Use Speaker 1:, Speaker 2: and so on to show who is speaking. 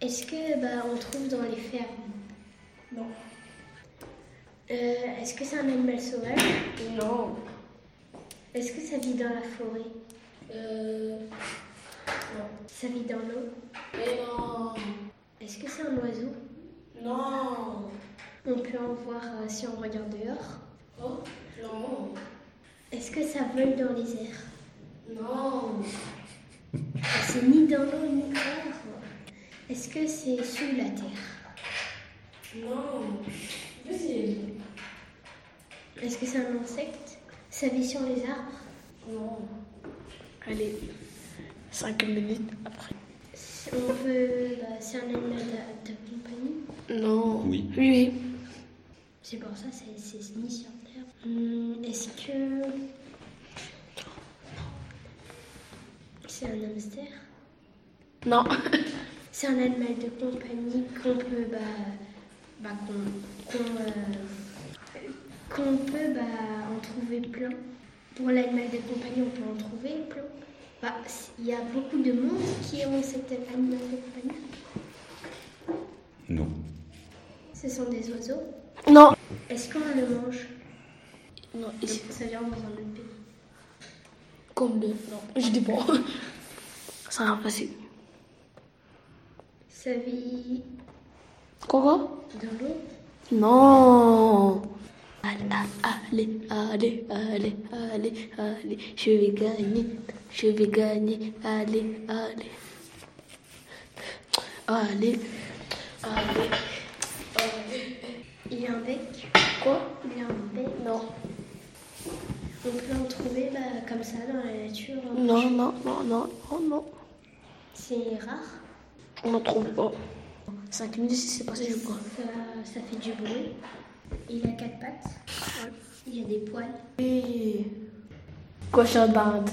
Speaker 1: Est-ce que bah, on trouve dans les fermes
Speaker 2: Non.
Speaker 1: Euh, Est-ce que c'est un animal sauvage
Speaker 2: Non.
Speaker 1: Est-ce que ça vit dans la forêt
Speaker 2: Euh. Non.
Speaker 1: Ça vit dans l'eau
Speaker 2: Mais non.
Speaker 1: Est-ce que c'est un oiseau
Speaker 2: Non.
Speaker 1: On peut en voir euh, si on regarde dehors.
Speaker 2: Oh. Non.
Speaker 1: Est-ce que ça vole dans les airs Ah,
Speaker 2: Non.
Speaker 1: C'est ni dans l'eau ni dehors. Est-ce que c'est sous la terre
Speaker 2: Non. Vas-y.
Speaker 1: Est-ce que c'est un insecte Ça vit sur les arbres
Speaker 2: Non.
Speaker 3: Allez, 5 minutes après.
Speaker 1: On peut. Bah, c'est un animal de, de compagnie.
Speaker 3: Non.
Speaker 4: Oui.
Speaker 3: Oui,
Speaker 1: C'est pour ça, c'est, c'est ni sur terre.
Speaker 2: Hmm.
Speaker 1: Hum, est-ce que. C'est un hamster
Speaker 3: Non.
Speaker 1: C'est un animal de compagnie qu'on peut bah, bah, qu'on qu'on, euh, qu'on peut bah, en trouver plein. Pour l'animal de compagnie, on peut en trouver plein. Bah, c- Il y a beaucoup de monde qui ont cet animal de compagnie.
Speaker 4: Non.
Speaker 1: Ce sont des oiseaux.
Speaker 3: Non.
Speaker 1: Est-ce qu'on le mange
Speaker 3: Non,
Speaker 1: Donc,
Speaker 3: ici.
Speaker 1: Ça vient dans un autre pays.
Speaker 3: Comme deux. Non, je dis bon. Ça va passer.
Speaker 1: Ça vit
Speaker 3: Quoi
Speaker 1: dans l'eau.
Speaker 3: Non. Allez, allez, allez, allez, allez, allez. Je vais gagner. Je vais gagner. Allez, allez. Allez, allez.
Speaker 1: Il y a un bec.
Speaker 3: Quoi
Speaker 1: Il y a un bec.
Speaker 3: Non.
Speaker 1: On peut en trouver bah, comme ça dans la nature.
Speaker 3: Non, non, non, non, non, non.
Speaker 1: C'est rare.
Speaker 3: On en trouve pas. 5 minutes, si c'est passé, je crois.
Speaker 1: Ça, ça fait du bruit. Il a quatre pattes. Il a des poils.
Speaker 3: Oui. Cochon d'Inde.